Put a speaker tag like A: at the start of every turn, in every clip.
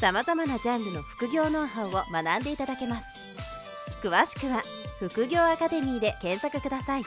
A: さまざまなジャンルの副業ノウハウを学んでいただけます詳しくは「副業アカデミー」で検索ください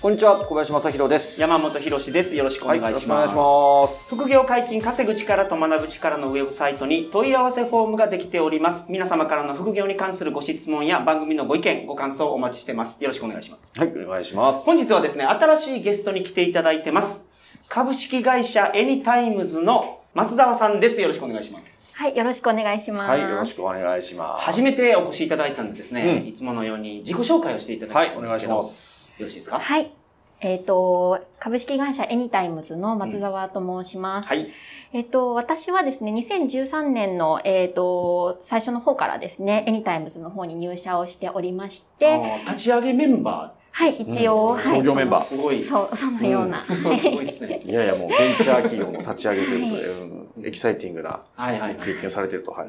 B: こんにちは、小林正弘です。
C: 山本博史です。よろしくお
B: はい、
C: 願い
B: よろし
C: し
B: くお願
C: ま
B: い
C: す。
B: します。
C: 副業解禁稼ぐ力と学ぶ力のウェブサイトに問い合わせフォームができております。皆様からの副業に関するご質問や番組のご意見、ご感想をお待ちしてます。よろしくお願いします。
B: はい、お願いします。
C: 本日はですね、新しいゲストに来ていただいてます。株式会社エニタイムズの松沢さんです。よろしくお願いします。
D: はい、よろしくお願いします。
B: はい、よろしくお願いします。
C: 初めてお越しいただいたんでですね、
B: うん
C: いつものように自己紹介をしていただ
B: は
C: き
B: い、
C: た
B: お
C: いん
B: 願
C: で
B: いし
C: すけど、
B: ま
C: よ
B: す。
C: ろしいですか
D: はい。えっ、と、株式会社エニタイムズの松沢と申します。
C: はい。
D: えっ、と、私はですね、2013年の、えっ、と、最初の方からですね、エニタイムズの方に入社をしておりまし
C: あ
D: て、
C: ー立ち上げメンバ
D: はい、一応、
B: うん
D: はい。
B: 創業メンバー
C: ー、すごい。
D: そのそう、そのような。
C: す
D: は
C: ご
D: い
C: いですね。
B: いやいや、もうベンチャー企業の立ち上げということで、うんエキサイティングな
C: はいはい。
B: 経験をされていると。はい。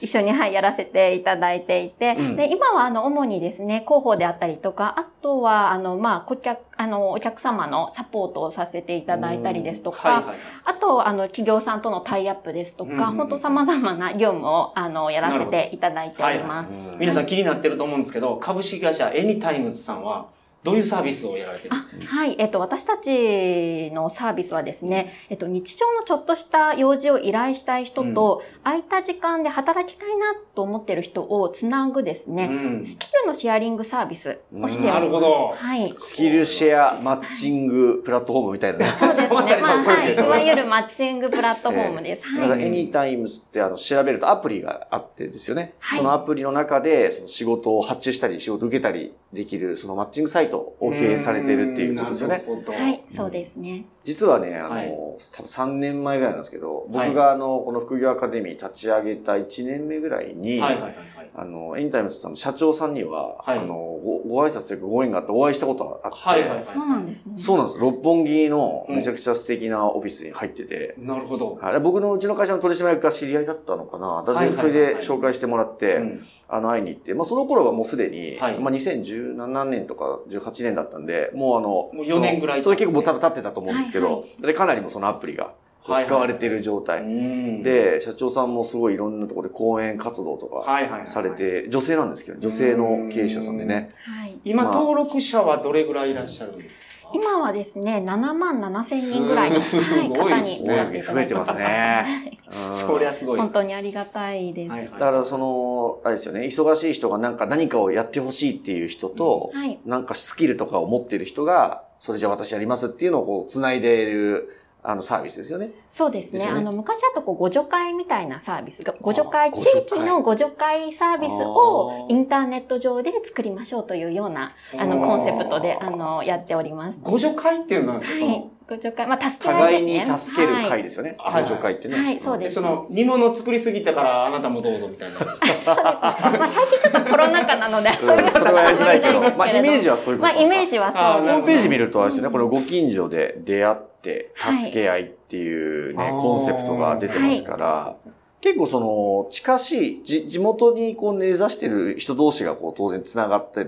D: 一緒に、はい、やらせていただいていて、
B: うん
D: で今は、あの、主にですね、広報であったりとか、あとは、あの、まあ、顧客、あの、お客様のサポートをさせていただいたりですとか、
C: はいはい
D: あと、あの、企業さんとのタイアップですと
C: うんうん
D: か、
C: うん
D: 本当様々な業務を、あの、やらせていただいております。
B: うん
C: 皆さん気になってると思うんですけど、株式会社エニタイムズさんは、どういうサービスをやられてるんですか
D: あはい。えっと、私たちのサービスはですね、えっと、日常のちょっとした用事を依頼したい人と、空いた時間で働きたいなと思ってる人をつなぐです
C: う
D: ね、
C: ん
D: スキルのシェアリングサービスをしてお
C: な
D: り
C: るほ
D: ます。
C: ど。
D: はい。
B: スキルシェアマッチングプラットフォームみたいなね。
D: そうですね。まあ、
C: まさにそう
D: はい。
C: そう
D: いわゆるマッチングプラットフォームです。
B: だか
D: は
B: ら、
D: い。
B: エニタイムズって、あの、調べるとアプリがあってですよね。
D: はい
B: そのアプリの中で、その仕事を発注したり、仕事を受けたりできる、そのマッチングサイトを経営されているっていうことですよね。
C: うん。なるほど
D: はい、そうですね。
B: 実はね、あの、
C: はい
B: 多分3年前ぐらいなんですけど、
C: はい
B: 僕があの、この副業アカデミー立ち上げた1年目ぐらいに、
C: はいはいはいはい。
B: あの、エンタイムズさんの社長さんには、
C: はい
B: あの、ごご挨拶というかご縁があってお会いしたことがあって、
C: はいはいはい。
D: そうなんですね。
B: そうなんです。六本木の
C: うん
B: めちゃくちゃ素敵なオフィスに入ってて、
C: なるほど。
B: あれ僕のうちの会社の取締役が知り合いだったのかな。だ
C: はいはいはい
B: それで紹介してもらって、
C: うん
B: あの、会いに行って、まあ、その頃はもうすでに、
C: はい
B: まあ、2017年とか18年だったんで、もうあの、
C: もう四年ぐらい
B: そのそれ結構もう多分経ってたと思うんですけど、
D: はいは
B: でかなりもうそのアプリがこう使われている状態、
C: うん、
B: で、社長さんもすごいいろんなところで講演活動とか
C: はいはいはい。
B: されて、女性なんですけど、女性の経営者さんでね。
D: はい。
C: 今
B: まあ
C: 登録者はどれぐらいいらっしゃるんですか
D: 今はですね、7万7千人ぐらいの、
C: すごい
D: はい、
C: で
D: 方
C: す
D: に
B: ね
D: なっていただいて
B: 増えてますね。うん
C: そりゃすごい。
D: 本当にありがたいです。
C: は
D: はいい。
C: はい
B: だからその、あれですよね、忙しい人がなんか何かをやってほしいっていう人と、なんかスキルとかを持ってる人が、それじゃあ私やりますっていうのをこう繋いでいる、あのサービスですよね。
D: そうですね。
B: ですよね
D: あの、昔だとこう、ご助会みたいなサービスが、ご助
B: あ
D: 会、
B: ご
D: 地
B: 助会
D: 域のご助会サービス
B: あ
D: を
B: ー
D: インターネット上で作りましょうというような、あの、
C: おー
D: コンセプトで、あの、やっております。
C: ご助会っていうのはなんですかそ
D: はい
C: の。
D: ご助会、まあ、助け合
B: 互
D: い
B: い
D: ですね。
B: に助ける
D: はい
B: 会ですよね。
C: はい
B: 補助会ってね。
D: はいそうです
C: その煮物作りすぎたからあなたもどうぞみたいなやつですか
D: まあ、最近ちょっとコロナ禍なので、
B: うんうんそれはやりづらいけど、まあイメージ
D: は。
B: はそういうこ
D: ま
B: と
D: あ、
B: か。
D: イメージは
C: あ
D: そ
C: ー
B: ホ
D: う
C: な
B: ー
D: で
C: る
B: ム
C: ほ
D: す。
B: ページ見るとあれですよね、
D: うん
B: これご近所で出会って、
D: はい
B: 助け合いっていうね、
C: あー
B: コンセプトが出てますから、結構その、近しい、じ地元にこう根ざしてる人同士がこう当然繋がってっ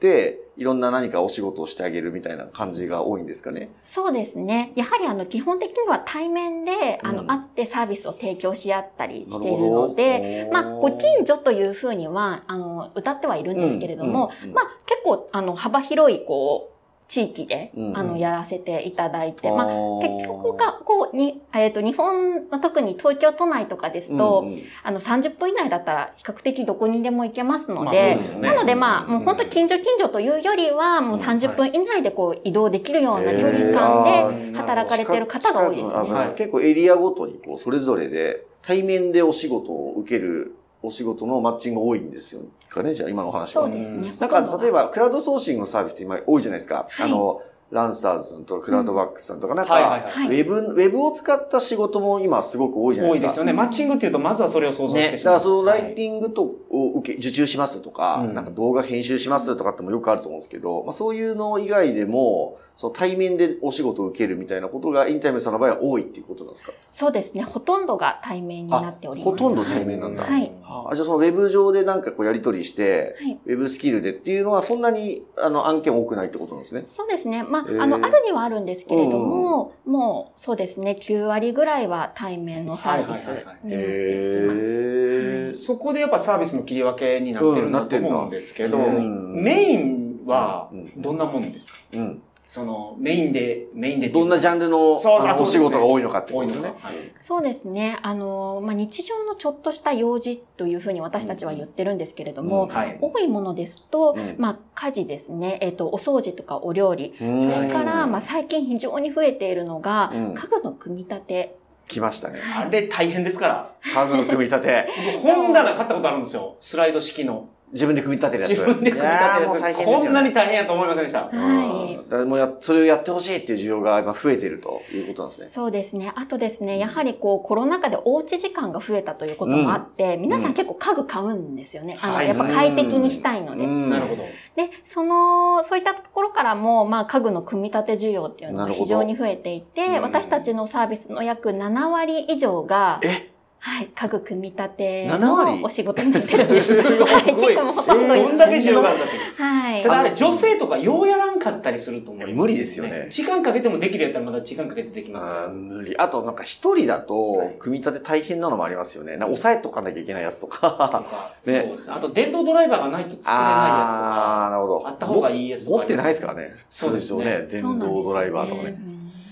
B: て、いろんな何かお仕事をしてあげるみたいな感じが多いんですかね。
D: そうですね。やはりあの基本的には対面で、あ
B: う
D: の
B: ん
D: 会ってサービスを提供し合ったり
B: な
D: し
B: る
D: ている
B: ほ
D: の
B: ど
D: で、、まあ、ご近
B: 所
D: 所というふうには、あの、歌ってはいるんですけれども、、
B: うんうん
D: まあ、結構、あの、幅広い、こう、地域で、
B: うん
D: あの、やらせていただいて、まあ、
B: ー
D: 結局が、こう、に、えっ、と、日本、まあ特に東京都内とかですと、
B: うんうん
D: あの、30分以内だったら、比較的どこにでも行けますの
C: まあそう
D: で、
C: ですよね
D: なのでまあ、もう本当
B: ん
D: 近所近所というよりは、もう30分以内でこう移動できるような距離
B: へ
D: 感
B: ー
D: で働かれてる方が多いですね。
B: 近く
C: はい
B: 結構エリアごとにこうそれぞれで対面でお仕事を受けるお仕事のマッチングが多いんですよかねじゃあ今のお話
D: そ
B: は
D: う。ですね。
B: なんか例え
D: ば、
B: ばクラウドソーシングのサービスって今多いじゃないですか。
D: はい
B: あのランサーズさんとかクラウドバックスさんとか、なん
C: はいはい
B: か、
C: はい。
D: は
B: ウ
D: い
B: ェブ、ウェブを使った仕事も今すごく多いじゃな
C: 多
B: い
C: い
B: で
C: ですす
B: か。
C: よね。マッチングっていうと、まずはそれを想像し
B: ね、
C: て
B: だ
C: し
B: か
C: まう。
B: らそのライ
C: ィ
B: ティングとを受け受注しますとか、
C: うん
B: なんか動画編集しますとかってもよくあると思うんですけど、まあ、そういうの以外でも、その対面でお仕事を受けるみたいなことがインタイムさんの場合は多いっていうことなんですか
D: そうですね。ほとんどが対面になっております。
B: ほとんど対面なんだ。
D: はい
B: あじゃあそのウェブ上でなんかこうやり取りして、
D: はい
B: ウェブスキルでっていうのはそんなにあの案件多くないってことなんですね。
D: そうですね。まあ、
B: えー
D: あの、あるにはあるんですけれども、もう、そうですね。9割ぐらいは対面のサービス
C: はいはいはいはい
D: になっています。
B: へ
C: そこでやっぱサービスの切り分けになってるんだと思うんですけど、
B: うん
C: メインは
B: うん
C: どんなもんですか
B: うん。
C: そのメインで、メインでってい
B: ど
C: うん
B: なジャンルの
C: そうそう
B: あの
C: そう
B: お
C: です
B: 仕
C: ね
B: 事が多いのかってこ
C: 多
B: と
C: い
B: で
C: ですすね
B: ね。。
D: そうですね。あの、まあ、日常のちょっとした用事というふうに私たちは言ってるんですけれども、
B: うん
C: はい。
D: 多いものですと、
B: うん
D: まあ、家事ですね。えっ、と、お掃除とかお料理。
B: そ
D: それから、まあ、
B: あ、
D: 最近非常に増えているのが、
B: うん
D: 家具の組み立て。
B: 来ましたね。
C: あれ大変ですから。
B: 家具の組み立て。
C: 僕本棚買ったことあるんですよ。スライド式の。
B: 自分で組み立てるやつ。
C: 自分で組み立てるや
B: いーもう
C: つ。
B: 大変ですよね
C: こんなに大変やと思いませんでした。
D: はい
B: うんだからもうや、それをやってほしいっていう需要が今増えているということなんですね。
D: そうですね。あとですね、やはりこう、コロナ禍でおうち時間が増えたということもあって、皆さん結構家具買うんですよね。あ
C: は
D: の、
C: い
D: やっぱ快適にしたいので。
B: うん
C: なる ほど。。
D: で、その、そういったところからも、まあ、家具の組み立て需要っていうの
B: なる
D: が
B: ほど
D: 非常に増えていて、
B: うん
D: 私たちのサービスの約7割以上が、
B: え
D: はい、家具組み立て
B: 7割
D: のお仕事になってるんで
C: す
D: す
C: ごい
D: はい、結構もうほとんど
B: えー
D: 一
C: ど
D: 緒
C: んだけ需要があるんだって。
D: はい
C: た。だあれ女性とかようやらんかったりすると思います、
B: 無理ですよね
C: 時間かけてもできるやったらまだ時間かけてできます
B: あー
C: よ。
B: 無理。あと、なんか一人だ
C: はい
B: と、組み立て大変なのもありますよね。なんか押さえとかなきゃいけないや つと
C: と
B: か。
C: か、そう
B: ね
C: ですね。あと電動ドライバーがないと作れないやつと
B: あー、
C: か。
B: なるほど。
C: あった方がいいやつとか
B: 持ってないですからね。
C: そうですね
B: 普通よ電動ドライバーとかね。。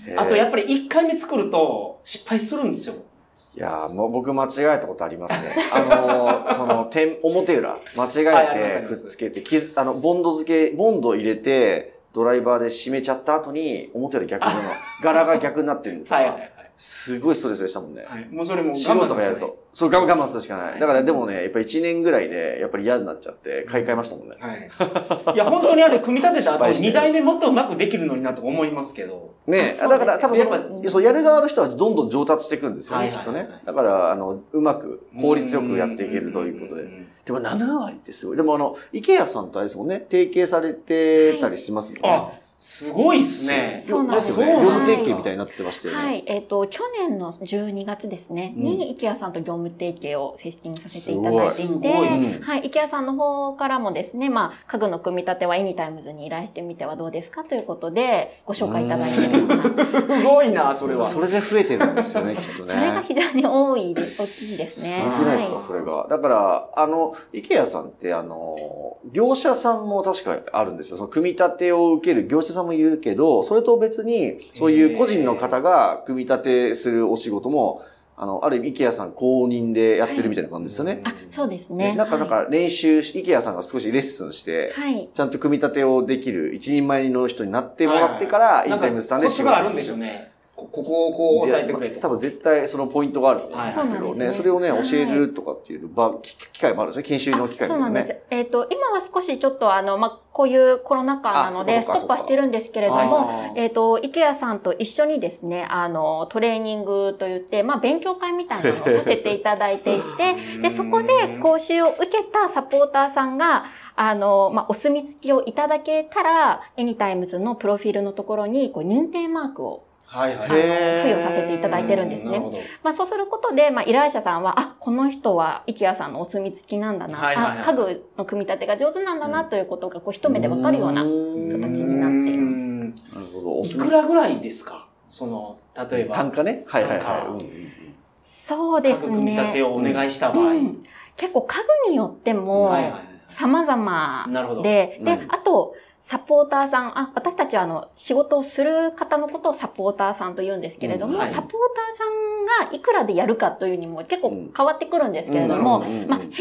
B: へー
C: あとやっぱり1回目作ると失敗するんですよ。
B: いやーもう僕間違えたことありますね。あの ーその、点、表裏、間
C: はいありますあ
B: 違え
C: り
B: て、
C: ま
B: く
C: す
B: っつけて、傷あの、ボンド付け、ボンド入れて、ドライバーで締めちゃった後に、表裏逆な の、柄が逆になってるんです
C: はいはいは
B: か
C: い
B: すごいストレスでしたもんね。
C: はい。もうそれも我慢
B: 仕事がやると。そう、我慢我慢するしか
C: は
B: ないい。だからでもね、やっぱ1年ぐらいで、やっぱり嫌になっちゃって、買い替えましたもんね。
C: はい。いや、本当にあれ、組み立てた
B: 失
C: 後、
B: 敗して
C: 2代目もっとうまくできるのになと思いますけど。
B: ね
D: あそう
B: だから多分そ
C: やっ
B: の、そう、やる側の人はどんどん上達していくんですよ
C: は
B: ね、
C: い
B: き
C: はい
B: っ
C: は
B: と
C: いはい
B: ね。だから、あの、うまく効率よくやっていけるということで。
C: ん。
B: でも7割ってすごい。でもあの、IKEA さんとあれですもんね、提携されてたりしますもんね。
C: あ、すごいっすね。
D: そうなんです
B: よね。
C: そう
B: 業
C: なん
B: 務
C: で
B: 提
C: す
B: 携みたいになってましたよね。
D: はい、えっ、と、去年の12月ですね、
B: うん
D: に、IKEA さんと業務提携を正式にさせていただいてい
C: すごいす
D: て、
C: ごい
B: うん
D: はい、IKEA さんの方からもですね、まあ、家具の組み立てはエニタイムズに依頼してみてはどうですかということで、ご紹介いただいてるような、
C: すごいな、それは。
B: それで増えてるんですよ ね、きっとね。
D: それが非常に多いで、大きいですね。
B: すごくないですか、
D: は
B: それが。だから、あの、IKEA さんって、あの、業者さんも確かあるんですよ。その組み立てを受ける業者さんもいるけど、それと別に、そういう個人の方が組み立てするお仕事も、あの、ある意味 IKEA さん公認でやってるみたいな感じですよね。
D: あ、そうです
B: ね
D: ね。
B: なんか、なんか練習し、IKEA さんが少しレッスンして、
D: はい、はい。
B: ちゃんと組み立てをできる一人前の人になってもらってから、インタイムズさんで
C: コツがあるんでしょうね。こここをこう押さえてくれと。
B: 多分絶対そのポイントがあると思うんですけ
D: はいそうな
B: ど
D: んですね
B: ね。それをね、
D: はい
B: 教えるとかっていう場、き機会もあるんですね。研修の機
D: あ
B: 会
D: そう
B: も
D: なんです
B: ね。。
D: えっ、と、今は少しちょっとあの、まあ、こういうコロナ禍なの
B: あ
D: で、
B: そ
D: ス
B: うか
D: ト
B: そ
D: ッ
B: うか
D: プはしてるんですけれども、えっ、と、IKEA さんと一緒にですね、あの、トレーニングといって、まあ、勉強会みたいなのをさせていただいてい て、で、そこで講習を受けたサポーターさんが、あの、まあ、お墨付きをいただけたら、エニタイムズのプロフィールのところに、こう、認定マークを、
C: はいは
D: あ
C: い
D: の、
C: はい。
B: へー
D: 付与させていただいてるんです
C: な
D: ね
C: る。ほど。
D: まあそうすることで、まあ依頼者さんは、あ、この人は IKEA さんのお墨付きなんだな、
C: はいはいはい
D: あ、家具の組み立てが上手なんだなということが、こう一目でわかるような。形になっています
B: なるほど。
C: いくらぐらいですかその、例えば。
B: 単価ね。はいはい
C: 単価
B: はいうん。
D: そう
C: 家
D: で
C: 具
D: すね。
C: 組み立てをお願いした場合。
D: うん結構家具によっても
C: はい、はい
D: 様々
C: なるほど。
D: で、
B: うん
D: で、あと、サポーターさん、あ、私たちはあの、仕事をする方のことをサポーターさんと言うんですけれども、
C: うんはい
D: サポーターさんがいくらでやるかというにも結構変わってくるんですけれども、
B: うんうんうんうん
D: まあ、平均で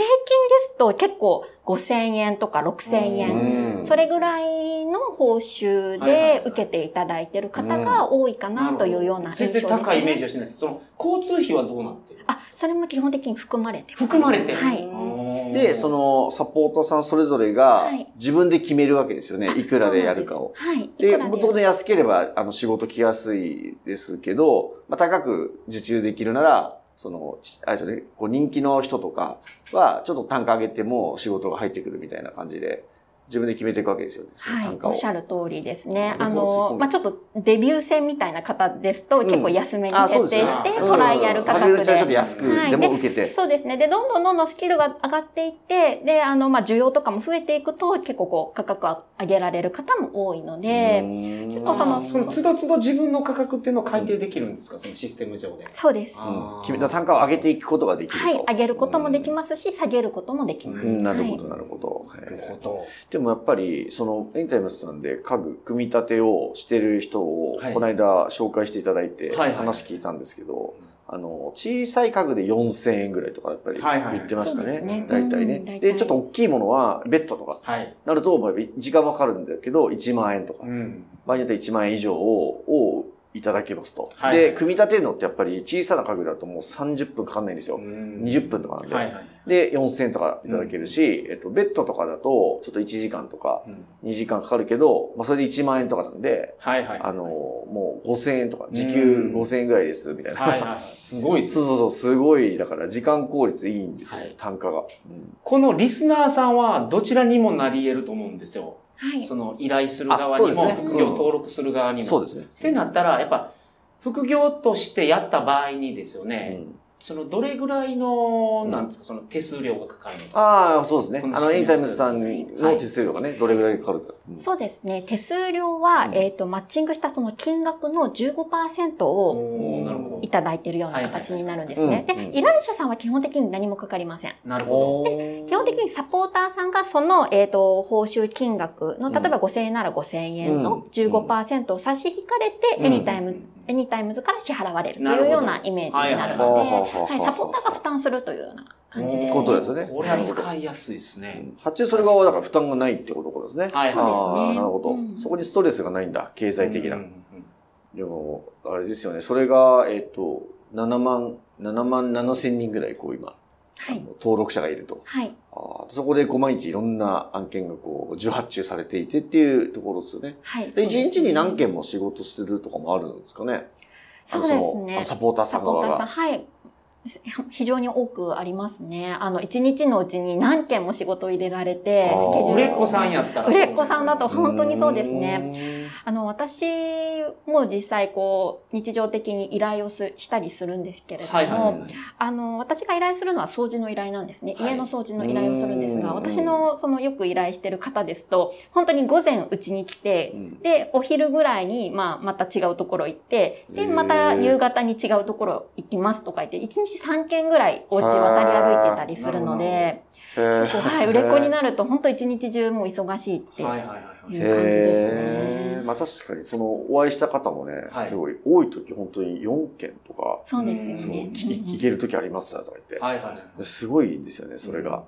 D: すと結構5000円とか6000円
B: うん
D: それぐらいの報酬
C: はいはいはい
D: で受けていただいてる方が多いかなというような印象
C: 全
D: です、
C: 然
D: ね。
C: 高いイメージはしないです。その、交通費はどうなってる
D: あ、それも基本的に含まれてます
C: 含まれてる
D: はい。
C: おー
B: で、そのサポーターさんそれぞれが
D: はい
B: 自分で決めるわけですよね。いくらでやるかを。
D: そうなんです
B: で、
D: はい。いくら
B: 当然安ければ、あの、仕事来やすいですけど、まあ、高く受注できるなら、その、あれですよね、こう人気の人とかは、ちょっと単価上げても仕事が入ってくるみたいな感じで、自分で決めていくわけですよね、その
D: はい
B: 単、価
D: お
B: を。
D: っしゃる通りですね。
B: どこ
D: あ
B: どこ
D: の、まあ、ちょっとデビュー戦みたいな方ですと、
B: ん
D: 結構安めに
B: あ、
D: 設
B: そう
D: 定
B: です
D: して、
B: よね。
D: トライアル価
B: 初めの
D: 格
B: うちはちょっと
D: で。
B: 安くでも受けて。
D: そうですね。で、どんどんどんどんスキルが上がっていって、で、あの、まあ、需要とかも増えていくと、結構こう、価格を上げられる方も多いので、
B: 結
D: 結構その
C: その都度都度自分の価格っていうのを改定できるんですか、そのシステム上で。
D: そうです。
B: うん、
C: あー
B: 決めた単価を上げていくことができると。
D: はい、上げることもでき
B: ま
D: ますし、下げることもできます。
B: うん、なるほ
D: は
B: ど、なるほど。へ
C: なる
B: ー
C: ほど。
B: でもやっぱり、その、エンタイムスさんで家具、組み立てをしてる人を
C: は、い
B: この間紹介していただいて、
C: はいはい
B: 話聞いたんですけど、あの、小さい家具で4000円ぐらいとかやっぱり
C: はいはい
B: 言ってました
D: そうです
B: ね
D: ね。
B: 大体
D: うん
B: ね。
D: 大
B: で、
D: 体
B: ちょっと大きいものは、ベッドとか、
C: はい。
B: なると、まあ時間はかかるんだけど、1万円とか
C: う。ん。
B: 場合によって1万円以上を、をいただけますと。
C: はい
B: で、組み立てるのってやっぱり小さな家具だともう30分かかんないんですよ。20分とかなんで。
C: はいはい。
B: で、4000円とかいただけるし、えっと、ベッドとかだと、ちょっと1時間とか、
C: うん
B: 2時間かかるけど、まあ、それで1万円とかなんで、
C: はいはい。
B: あの、もう5000円とか、時
C: う
B: 給
C: ん
B: 5000円ぐらいです、みたいな。
C: はいはい。すごいっす
B: そうそうそう、すごい、だから時間効率いいんですよ、
C: はい
B: 単価が。
C: このリスナーさんはどちらにもなり得ると思うんですよ。
D: い。
C: その依頼する側
B: あそう
C: に
B: です
C: も、
B: ね
C: 副業登録する側に
B: うん
C: も。
B: そうですね。
C: ってなったら、やっぱ、副業としてやった場合にですよね、
B: うん
C: そのどれぐらいの、
B: うん
C: なんですか、その手数料がかかるのか。
B: ああ、そうですね。あ
C: この
B: の、エ
C: 仕組み
B: イタイムズさん
C: は
B: の
C: い
B: 手数料がね、どれぐらいかかるか。うん
D: そうですね。手数料は、
B: うん
D: えっ、と、マッチングしたその金額の15%を
C: おーなるほ
D: い
C: ど。
D: ただいているような形になるんです
B: はいは
D: ね
B: い。
D: で
B: うんうん、
D: 依頼者さんは基本的に何もかかりません。
C: なるほ
B: おー
D: 基本的にサポーターさんがその、えっ、と、報酬金額の、
B: うん
D: 例えば5000円なら5000円
B: うん
D: の15%を差し引かれ
B: うん
D: て、エニタイムズ、
C: う
D: エニタイムズから支払われると
C: なるほ
D: いう
C: ど
D: ようなイメージになるの
B: は
D: で、
B: いはいはい
D: はい、サポーターが負担するというような
C: ど。
D: 感じです
B: こ
D: ね。
B: とですよね
C: これは使いやすいです
B: う
C: ね。
B: ん発注する側はだから負担がないってことですね。
C: はい
D: そうですね
B: あーなるほど、
D: うん
B: そこにストレスがないんだ、経済的な。
C: うんうん
B: でも、あれですよね、それが、えっ、と、7万、7万7千人ぐらい、こう今、
D: は
B: あ
D: い
B: の。登録者がいると。
D: はい。
B: あーそこで、こう毎日いろんな案件がこう、受発注されていてっていうところですよね。
D: はい。
B: で、1日に何件も仕事するとかもあるんですかね。
D: そうです
B: あ
D: ね
B: のそのあのサポーターさ
D: サ
B: ん
D: ポー
B: 側
D: ターさ
B: が。
D: ん、はい。非常に多くありますね。あの、一日のうちに何件も仕事を入れられて、
B: あー
D: スケジュールを
C: 売れっ子さんやったら。
D: 売れっ子さんだと
C: そう
D: 本当にそうですね。
B: ね。
D: あの、私も実際こう、日常的に依頼をすしたりするんですけれども、
C: はいは
D: あの、私が依頼するのは掃除の依頼なんですね。
C: はい
D: 家の掃除の依頼をするんです
B: う
D: が、
B: ん
D: 私のそのよく依頼してる方ですと、本当に午前うちに来て
B: う、ん
D: で、お昼ぐらいに、まあ、また違うところ行って、
B: へ
D: で、
B: ー
D: また夕方に違うところ行きますとか言って、1日3軒ぐらいお家渡り歩いてたりするので、
B: へー
D: こうはい、売れっ子になると、本当一日中もう忙しいって
C: い
D: いう
C: は
D: 感
C: いはいはい。
D: じです
B: へえ、
D: ね。
B: まあ確かにそのお会いした方もね、
C: はい
B: すごい多い時本当に4件とか、
D: そうですよ
B: そう
D: ね。
B: いいける時ありますとか言って、
C: はいはいはい。
B: すごいんですよねそれが。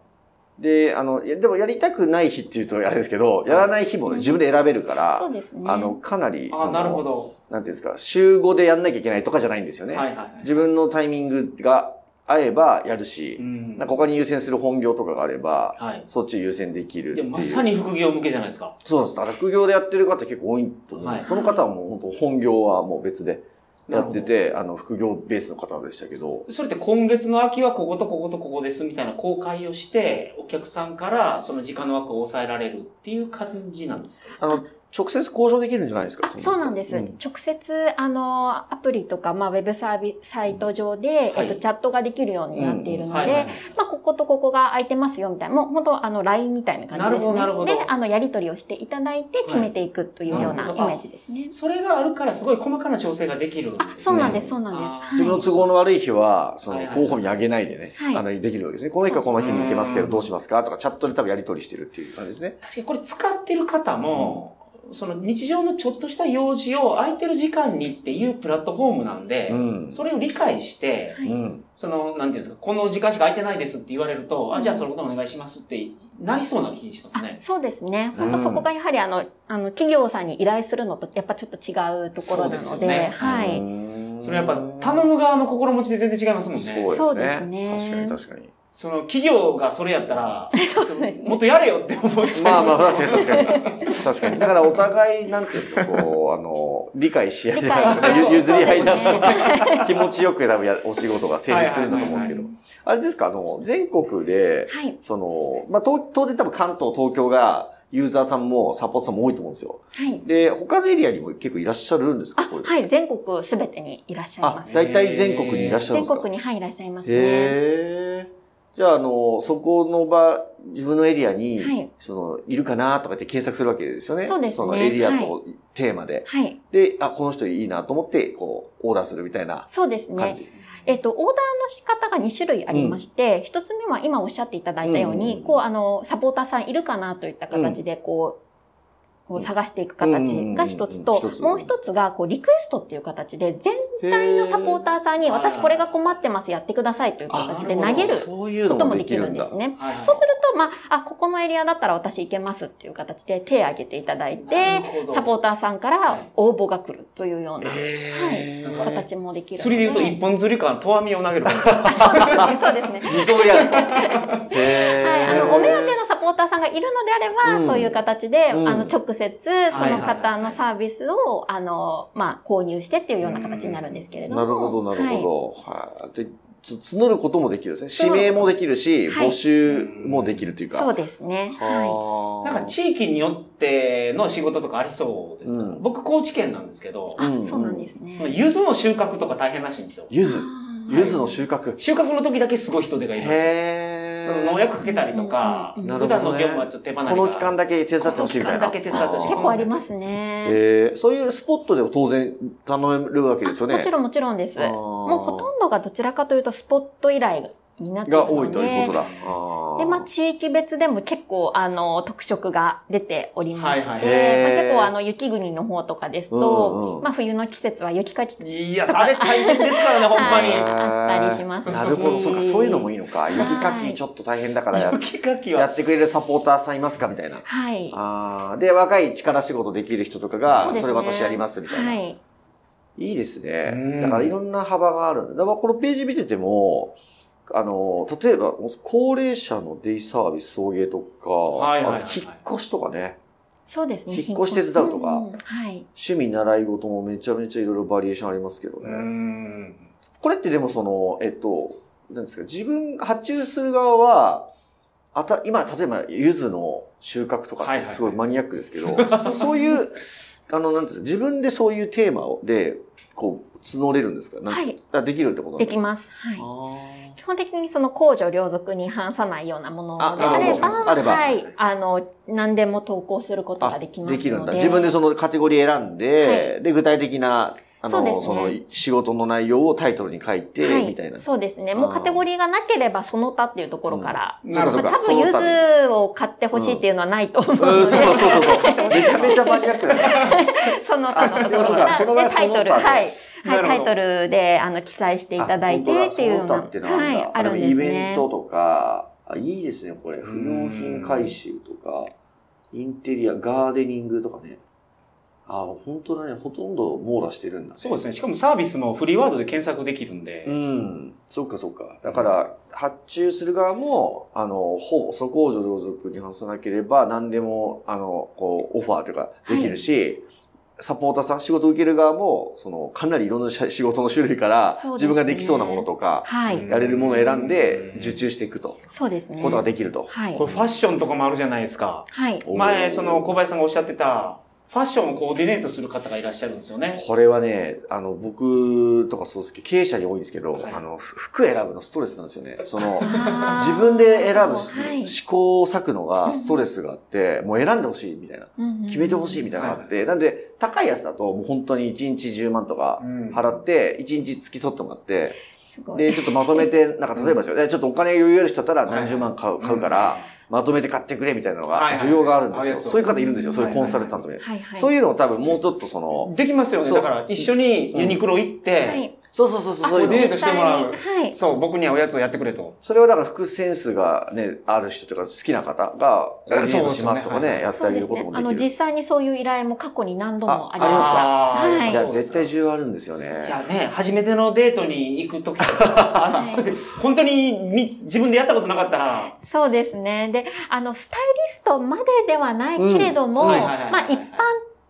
B: で、あのいやでもやりたくない日っていうとあれですけど、やらない日もね自分で選べるか
D: そ
B: ら
D: う、ですね。
B: あのかなりそ
C: あ、
B: の
C: なるほど。
B: なんていうんですか週5でやんなきゃいけないとかじゃないんですよね。
C: はいはいはい。
B: 自分のタイミングが合えばやるし、
C: うん
B: なんか他に優先する本業とかがあれば、
C: はい。
B: そっち優先できるって
C: で
B: いう。
C: もまさに副業向けじゃないですか。
B: そうなんです。落業でやってる方結構多いと思うん
C: は
B: で
C: い
B: す。その方はもう本当本業はもう別でやってて、あの、副業ベースの方でしたけど、
C: それって今月の秋はこことこことここですみたいな公開をして、お客さんからその時間の枠を抑えられるっていう感じなんですか
B: あの、直接交渉できるんじゃないですか
D: あそうなんです、直接あのアプリとか、まあ、ウェブサービスサイト上で、
C: はい
D: えっと、チャットができるようになっているので、
C: はいはいはい
D: まあ、こことここが空いてますよみたいなもう本当あの LINE みたいな感じで
C: な
D: すね
C: るほどなるほど
D: であのやり取りをしていただいて決めていくというような
C: なる
D: イ
C: ほ
D: メ
C: ど
D: ージですね、
C: それがあるからすごい細かな調整ができるんです、ね
D: あ。そうなんですそうなん
C: あ
D: です
B: 自分の都合の悪い日は、そ
C: は
B: の
C: いはい
B: 候補にあげないでね、
D: はい
B: あの、できるわけですね。この日かこの日に行けますけど、どうしますかとか、チャットで多分やり取りしてるっていう感じですね。
C: 確かにこれ使ってる方も、その日常のちょっとした用事を空いてる時間にっていうプラットフォームなんで、
B: うん。
C: それを理解して、
D: はい
B: うん。
C: その、なんていうんですか、この時間しか空いてないですって言われると、あ、じゃあそのことお願いしますってなりそうな気します
D: あ
C: ね。
D: そうですね。
B: うん
D: 本当そこがやはりあの、あの、企業さんに依頼するのとやっぱちょっと違うと
C: そ
D: ころ
C: う
D: な
C: ですよ
D: ので、
C: ね
D: は
B: う
D: い。
B: ん
C: それやっぱ頼む側の心持ちで全然違いますもんね。
B: そう
D: そう
B: で
D: ですす
B: ね。
D: ね
B: 確かに確かに。
C: その企業がそれやったら、
D: そうです
C: もっ
D: ね。
C: とやれよって思っちゃいます、
B: まあまあ、確かに確かに。確かに。だからお互い、なんていうんですか、こう、あの、理解し合いながら、
D: 理
C: 解
B: ゆ譲り合いな
D: そ
B: が
D: うで
B: ら、気持ちよく選ぶやお仕事が成立するんだと思うんですけど。あれですか、あの、全国で、
D: はい。
B: その、まあ、と当然多分関東、東京が、ユーザーさんもサポートさんも多いと思うんですよ。
D: はい。
B: で、他のエリアにも結構いらっしゃるんですか
D: あ
B: これ、
D: はい。全国すべてにいらっしゃいま
B: あ、
D: す。
B: 大体全国にいらっしゃるん
D: 全
B: ですか
D: 国に、はい、いらっしゃいますね。
B: へえ。じゃあ、あの、そこの場、自分のエリアに、
D: はい
B: その、いるかなとかって検索するわけですよね。
D: そうですね
B: のエリアとテーマで。
D: はい。
B: で、あ、この人いいなと思って、こう、オーダーするみたいな
D: そうです
B: 感
D: ね。
B: じ。
D: えっと、オーダーの仕方が2種類ありまして、一つ目は今おっしゃっていただいたよう
B: うんうんう
D: に
B: ん、
D: こう、あの、サポーターさんいるかなといった形で、こう、こう探していく形が一つ
B: うんうんうんうん
D: と
B: 一、つ
D: もう一つが、こう、リクエストっていう形で、全体のサポーターさんに、
C: へー
D: 私これが困ってます、やってくださいという
B: あ
D: 形で
C: なるほ
D: 投げ
C: ど
D: る
B: そういう
D: こ
B: の
D: と
B: も
D: も
B: で
D: で
B: き
D: き
B: る
D: る
B: ん
D: ん
B: だ。
D: ですね。
C: はいはい
D: そうすると、まあ、あ、ここのエリアだったら私行けますっていう形で手を挙げていただいて、サポー
C: ト。
D: ターさんから応募が来るというような
B: えー
C: はい
D: 形もできるの。
C: 釣りで言うと一本釣りか、投網を投げる感じ。
D: そうですね。
B: 認め られた。へ
D: はい、あ
B: ー
D: の、お目当てのサポーターさんがいるのであれば、
B: うん
D: そういう形で、
B: うん
D: あの、直接、そ
C: はいは
D: の
C: い
D: 方のサービスを、あの、まあ、購入してっていうような形になるんですけれども。
B: なるほど、なる
D: はい
B: ほど。はい。で、つ募ることもできるんです
D: そ
B: ね。
D: う
B: 指名もできるし、
D: はい
B: 募集もできるというか。
D: そうですね。は
B: は
C: なんか
B: ち
C: 地域によっての仕事とかありそうですか、
B: うん
C: 僕、高知県なんですけど
D: い。、あ、
B: うん
D: そうなんですね。
C: 柚子の収穫とか大変らしいんですよ。
B: ゆ
D: あ
B: ず。
D: ー
B: ゆずの収穫。
C: 収穫の時だけすごい人手がいるらしいです
B: へ
C: その農薬かけたりとか、
D: うん
B: うんうん
C: 普段の業務はちょっと手離れ
B: この期間だけ手伝ってほしいみたいな。
C: この期間だけ手伝ってほしい
D: 結構あり
B: す。
D: ますね。
B: えー、そういうスポットでも当然頼めるわけですよね。
D: あもちろんもちろんです。
B: あー
D: もうほとんどがどちらかというと、スポット依頼になっているの
B: が
D: で。
B: 多いということだ。
D: で、まあ、
B: あー
D: 地域別でも結構、あの、特色が出ておりまして、
C: はいはい
B: へー
D: まあ、結構、あの、雪国の方とかですと、
B: うんうん
D: まあ、冬の季節は雪かき、
C: いや、あれ大変です からね、ほんま
D: はい
C: に。
D: あったりしますし
B: なるほど。そうか、そういうのもいいのか。
D: い
B: 雪かきちょっと大変だからや
C: 雪かき
B: や
C: は。
B: ってくれるサポーターさんいますかみたいな。
D: はい。
B: ああ、で、若い力仕事できる人とか
D: そう
B: が、
D: です
B: そ
D: ね
B: れ私やりますみたいな。、
D: はいい。
B: いです
C: うん
B: ね。だからいろんな幅がある。だからこのページ見てても、あの、例えば、高齢者のデイサービス送迎とか、
C: はいはいはい
B: あと引っ越しとかね、
D: そうですね。
B: 引っ越し手伝うとか
D: んはい。
B: 趣味習い事もめちゃめちゃいろいろバリエーションありますけど
C: う
B: ね。
C: ん
B: これってでもその、えっと、なんですか、自分、発注する側は、あた、今、例えば、柚子の収穫とか
C: は
B: っ
C: いは
B: て
C: い
B: すごいマニアックですけど、そ そういう、あの、なんていうんですか、自分でそういうテーマをで、こう、募れるんですかなん
D: はい。
B: あできるってことなん
D: で
B: だ
D: きます。はい。
B: あ
D: 基本的にその公序良俗に反さないようなもので
B: あ
D: あれば、
B: なるほどあれば
D: はい。あの、何でも投稿すること
B: ー
D: が
B: あ
D: できますので。
B: るんだ。自分でそのカテゴリー選んで、で、具体的な、あ
D: そ
B: の
D: うで
B: そ、
D: すね
B: の仕事の内容をタイトルに書いて、
D: はい
B: みたいな。
D: そうですね。もうカテゴリーがなければ、その他っていうところから。
C: うんそうかそう
D: ま
C: か
D: あ多分、
B: その
D: ゆ
B: 他に
D: ずを買ってほしいっていうのはないと思う
B: う
D: の
B: ん、
D: で、
B: そうそうそうそう。めちゃめちゃマニアックだね。
D: その他のと
B: あ
D: ころか
B: でもそう
D: ら。
B: か
D: で、タイト
B: その他
D: ル、
B: で
D: はい。
C: なる
D: はい、
C: ほど
D: タイトルで、あの、記載していただいてっていうような。
B: あ本当だその他ってのあるんだ
D: はい、あるんで
B: イ
D: す
B: ベン
D: ね。
B: トとか、あいいですね、これ。不
C: ん
B: 用品回収とか、インテリア、ガーデニングとかね。あ、本当だね。ほとんど網羅してるんだ、
C: そうですね。
B: ね。
C: しかもサービスもフリーワードで検索できるんで。
B: うん。そうか、そうか。だから、発注する側も、あの、ほぼ、そこを上良俗に反さなければ、何でも、あの、こう、オファーとかできるし、サポーターさん、仕事を受ける側も、その、かなりいろんな仕仕事の種類から、
D: そうです
B: 自
D: ね
B: 分ができそうなものとか、
D: は
C: うん
D: い。
B: やれるものを選ん
C: うん
B: で受注していくと、
D: そうですね。
B: ことができると。
D: はい
C: こ。れファッションとかもあるじゃないですか。
D: はい。
B: おー
C: 前、その小林さんがおっしゃってた、ファッションをコーディネートする方がいらっしゃるんですよね。
B: これはね、あの、僕とかそうですけど、経営者に多いんですけど、
C: はい
B: あの、ふ服選ぶのストレスなんですよね。その、
D: あー
B: 自分で選ぶし
D: はい
B: 思考を割くのがストレスがあって、もう選んでほしいみたいな、
D: うんうん
B: 決めてほしいみたいなのがあって、なんで、高いやつだともう本当に1日10万とか
C: うん
B: 払って、1日付き添ってもらって、
D: すごい
B: で、ちょっとまとめて、なんか例えばですよ、でちょっとお金余裕ある人だったら
C: はい
B: 何十万買う買うから、まとめて買ってくれみたいなの
C: はい
B: が、
C: はい
B: 需要があるんです
C: あるや
B: よ。
C: つを
B: そういう方いるんですよ、そういうコンサルタントで。
D: はいはい。
B: そう
D: い
B: いうのを多分もうちょっとその、
C: できますよね。
B: そう
C: だから一緒にユニクロ行っ
D: は
C: て、
D: い。
B: そうそうそうそう、そういうの。
C: デートしてもらう
D: 実際にはい。
C: そう、僕にはおやつをやってくれと。
B: それはだから副センスがね、ある人というか好きな方がコーディネートしますとか
C: そうですねは
B: ね、
C: い
B: やって
D: そ
B: あ
D: う
B: げ
D: で
B: る
D: す
B: こと
D: ね。
B: も
D: あ
B: で
D: の、
B: きる。
D: 実際にそういう依頼も過去に何度もあ
B: あ
D: りました。
C: ありました
D: はい
B: いや、絶対需要あるんですよ
C: いや
B: ね。
C: ね、初めてのデートに行くとき、あの本当にみ自分でやったことなかったら、
D: そうですね。で、あの、スタイリストまでではないけれども、
C: うん
D: ま
C: はいはいはいはい
D: あ一般よ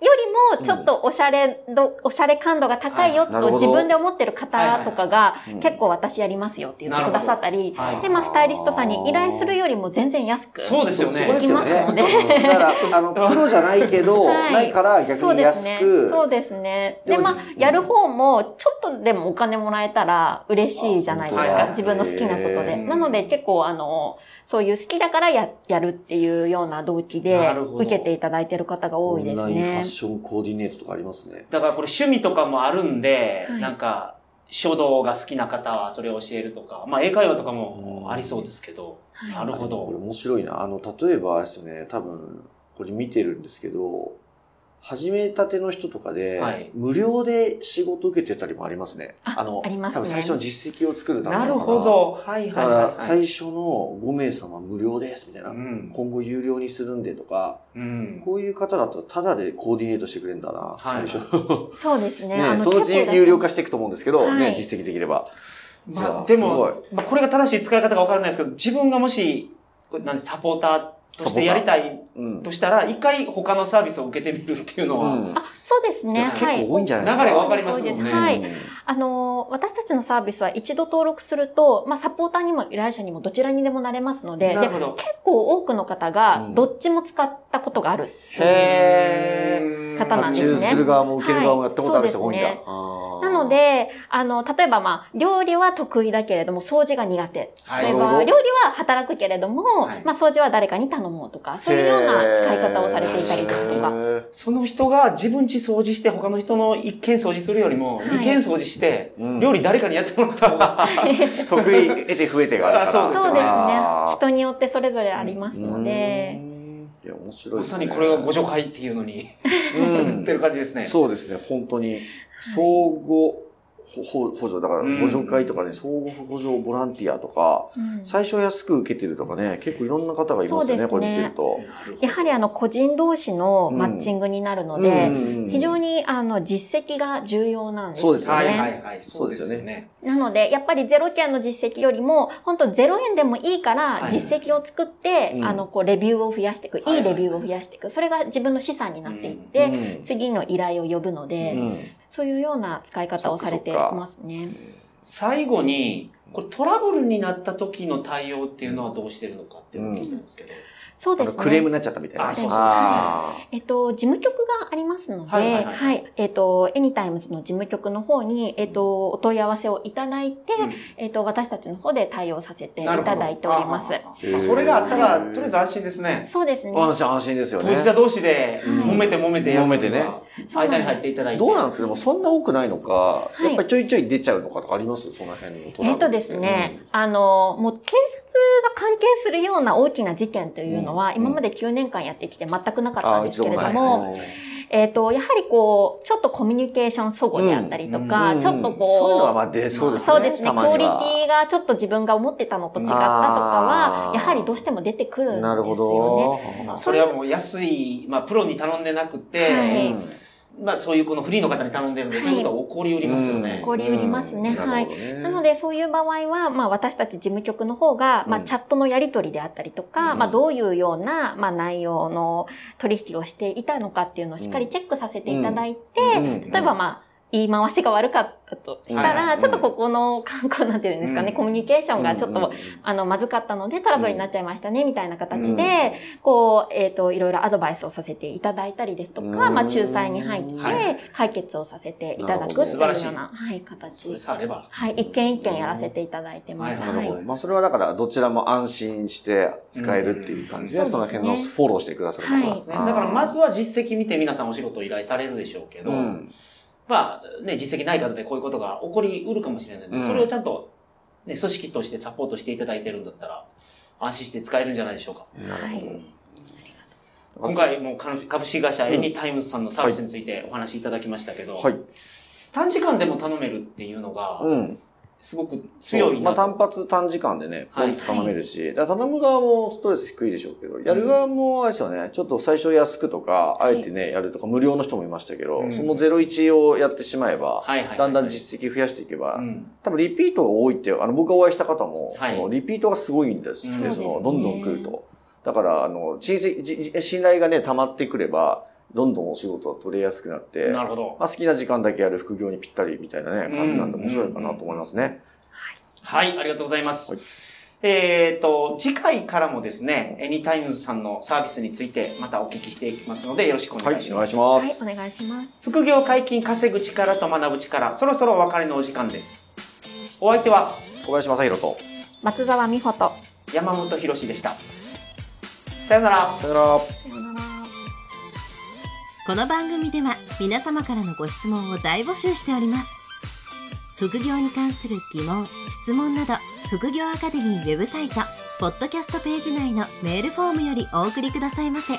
D: りもちょっとおしゃれ度、おしゃれ感度が高いよ
B: はいなる
D: と
B: ほど
D: 自分で思ってる方とかが
B: はいはい
D: 結構私やりますよって言ってくださったり、
C: はい
D: で、まあスタイリストさんに依頼するよりも全然安く。
C: そうですよ
B: そこ
C: ね
B: で。すよ
D: できますよ
B: ね。
D: ね
B: だから、あの、プロじゃないけど、
D: はい
B: ないから逆
D: そう
B: に
D: です
B: 安
D: ね。
B: く、
D: そうですね。
B: で
D: で、
B: も
D: まあ、やる方も、ちょっとでもお金もらえたら嬉しいじゃないです
C: あ本当
D: か。
C: だ
D: 自分の好きなこ
B: へ
D: とで。
C: ー
D: なので、結構、あの、そういう好きだからや、やるっていうような動機で
C: なるほど、
D: 受けていただいてる方が多いで
B: オ
D: す
B: ンラインファ
D: ね
B: ッ。ションコーディネートとかありますね。
C: だからこれ趣味とかもあるんで、
D: はい
C: なんか、書道が好きな方はそれを教えるとか、まあ英会話とかもありそうですけど、
D: はい
C: なるほ
B: これ
C: ど。
B: 面白いな。あの、例えばあれですよね、多分、これ見てるんですけど、始めたての人とかで、
C: はい
B: 無料で仕事受けてたりもありますね。
D: あ
B: の、
D: ありますね
B: 多分最初の実績を作るため
C: な
B: の
C: る
B: か
C: ほ。ど。はい
B: だ
C: は
B: から、
C: いはいはい。
B: 最初の5名様無料です、みたいな。
C: うん。
B: 今後有料にするんでとか、
C: うん。
B: こういう方だとタダでコーディネートしてくれるんだな、
C: はい
B: 最初。
D: そうですね。
B: ね、
D: あ
B: そのうち有料化していくと思うんですけど、
D: はい
B: ね、実績できれば。いや
C: まあ
B: ー
C: ですも、まあこれが正しい使い方がわからないですけど、自分がもし、これなんでサポーターとしてやりたい
B: うん。
C: としたら、一回他のサービスを受けてみるっていうのは、
B: うん
D: あ、そうですね。
B: 結
D: はい。
B: 構多いんじゃないですか。
C: 流れがわかりますもん
D: そう
C: ね。
D: ですはい
B: うん
D: あの、私たちのサービスは一度登録すると、まあ、サポーターにも依頼者にもどちらにでもなれますので、
C: な
D: で
C: るほど。
D: 結構多くの方
B: う
D: が
B: ん
D: どっちも使ったことがあるってい
B: へ
D: う方なんですね
B: 発注する側も受ける側もやったことある人が多いんだ。
D: はいそう
B: あー
D: なの、で、あの、例えばまあ、料理は得意だけれども、掃除が苦手。
C: は
D: 例え
B: なるほど
D: ば、料理は働くけれども、
C: はい
D: まあ、掃除は誰かに頼もうとか、そういうような使い方をされていたりですとか。
B: へー。
C: その人が自分家掃除して他の人の一軒掃除するよりも、
D: はい
C: 二軒掃除して、
B: うん
C: 料理誰かにやってもらった方が、
B: 得意、得て増えてがあるから。
C: あ
D: そうですね
B: あ。ー
D: 人によってそれぞれありますので、
B: いや、面白い
C: ま
B: です
C: さ
B: ね。
C: にこれがご助会っていうのに、
B: うん
C: 言ってる感じですね。
B: そうですね、本当に。相互ほほ補助、だから
C: うん
B: 補助会とかね、相互補助ボランティアとか、
D: うん
B: 最初安く受けてるとかね、結構いろんな方がいますよ
D: そうです
B: ね、
D: ね
B: これ見てると。
C: なるほど
D: やはりあの、個人同士のマッチングになるの
B: うん
D: で、
B: うんうん
D: 非常にあの、実績が重要なんです
B: そ
D: よ
B: うですね
C: はいはいはい、そうで
B: そ
C: す
B: うです
C: よ
B: よ
C: ね。
D: なので、やっぱりゼロ件の実績よりも、本当ゼロ円でもいいか
C: は
D: ら、
C: い
D: 実績を作って、
B: うん
D: あの、こう、レビューを増やしていく、
C: はい
D: いいレビューを増やしていく、それが自分の資産になっていっ
B: う
D: て、
B: ん
D: 次の依頼を呼ぶので、
B: うん
D: そういうような使い方をされていますね。
C: 最後に、これトラブルになった時の対応っていうのはどうしてるのかっていうのを聞いたんですけど。
D: そう
B: あ
D: で
B: の
D: す
B: クレーム
D: ね。
B: になっちゃったみたいな。
C: あそう
D: そう
B: あー
D: えっと、事務局がありますので、
C: は
D: はいい
C: はいはい
D: えっと、エニタイムズの事務局の方に、えっと、お問い合わせをいただいて、
C: うん
D: えっと、私たちの方で対応させてい
C: なる
D: た
C: ほど
D: だいております
C: あ。あああまあそれがあったら、
B: へー
C: とりあえず安心ですね。
D: そうですね。
B: 安心安心ですよ
C: 当
B: ね。
C: 事者同士で、
D: うん
C: 揉めて揉めてやるのが
B: 揉めてね
D: そうな
C: 間
D: ん
C: に
D: です
C: 入っていただいて。
B: どうなんですかでもそんな多くないのか、
D: い
B: やっぱりちょいちょい出ちゃうのかとかありますその辺のトラ
D: えっ
B: ブル
D: と
B: って
D: ですね、あの、もう警察が関係するような大きな事件というのは、
B: うん
D: 今まで9年間やってきて全くなか
B: う
D: っ
B: ん
D: た
B: あ
D: ん
B: ー
D: で
B: 一
D: すけ
B: 度
D: れ
B: もな
D: ど
B: い
D: も、えっ、と、やはりこう、ちょっとコミュニケーション相互であったりとか、
B: うん
D: ちょっと
B: そういうのは
D: こ
B: まあ出そう
D: う、
B: ですね。
D: そうですね、
B: た
D: ク
B: まに
D: オ
B: は
D: リティがちょっと自分が思ってたのと違ったとか
B: あ
D: は
B: ー、
D: やはりどうしても出てくるんですよね。
B: なるほど。
C: まあ、それはもう安い、まあ、プロに頼んでなくて、
D: はい
C: まあ、そういうこのフリーの方に頼んでるんで、
D: はい
C: そういうことは起こりうりますよね。
D: こり売りますねはいなの
B: で、
D: で、そういう場合は、まあ、私たち事務局の方が、まあ、
B: うん
D: チャットのやり取りであったりとか、
B: うん
D: まあ、どういうような、まあ、内容の取引をしていたのかっていうのをしっかりチェックさせていただいて、
B: うん
D: 例えば、まあ、言い回しが悪かったとした
B: はい
D: ら、
B: はい
D: ちょっとここの観光なんていうんですかね、
C: うん
D: コミュニケーションがちょっと、
B: うん
D: あの、まずかったのでトラブルになっちゃいましたね、みたいな形で、こう、えっ、と、いろいろアドバイスをさせていただいたりですとか、
B: うん
D: まあ、仲裁に入っ
C: はい
D: て、解決をさせていただくっていうよう
C: なるほ
D: な、
C: ど素晴らしい
D: はい、形
C: それさえあれば。
D: はい、一件一件やらせていただいてます。
C: は
D: はいい、
B: なるほど。まあそれはだからどちらも安心して使えるっていう感じで、
D: うん
B: その辺のフォローしてくださる方
D: はい
C: そうですね。だからまずは実績見て皆さんお仕事を依頼されるでしょうけど、
B: うん
C: まあね、実績ない方でこういうことが起こりうるかもしれないので、
B: うん
C: それをちゃんと、ね、組織としてサポートしていただいてるんだったら、安心して使えるんじゃないでしょうか。
B: なるほど
D: はい
B: あと
C: 今回もう株株式会社エニタイムズさんのサービスについてお話しいただきましたけど、
B: はい。
C: 短時間でも頼めるっていうのが、
B: うん。
C: すごく強い
B: ま
C: な
B: あ
C: と。
B: 単発短時間でね、ポ
C: はい
B: ンと頼めるし、だから頼む側もストレス低いでしょうけど、やる側もあれですよね、ちょっと最初安くとか、あ
D: い
B: えてね、やるとか無料の人もいましたけど、
C: うん
B: その01をやってしまえば、
C: はいはいはい。
B: だんだん実績増やしていけば、
C: うん。
B: 多分リピートが多いって、あの、僕がお会いした方も、
C: はい
B: そのリピートがすごいんですって、
C: うん
B: そ
D: そう
B: の、
D: ですね
B: どんどん来ると。だから、あの、親戚、じじ信頼がね、溜まってくれば、どんどんお仕事は取れやすくなって、
C: なるほど。
B: まあ、好きな時間だけやる副業にぴったりみたいなね、感じなんで面白いかなと思いますね。
C: はい、ありがとうございます。
B: はい
C: えっと、次回からもですね、エニタイムズさんのサービスについてまたお聞きしていきますので、よろしくお
B: は
C: 願いし
B: い、お
C: ま
B: 願い
C: す。
B: しま
D: はい
B: す。、
D: お願いします。
C: 副業解禁稼ぐ力と学ぶ力、そろそろお別れのお時間です。お相手は
B: 小林正宏と。
D: 松沢美穂と。
C: 山本博史でした。さよなら。
B: さよなら。
D: さようなら。
A: この番組では皆様からのご質問を大募集しております。副業に関する疑問、質問など、副業アカデミーウェブサイト、ポッドキャストページ内のメールフォームよりお送りくださいませ。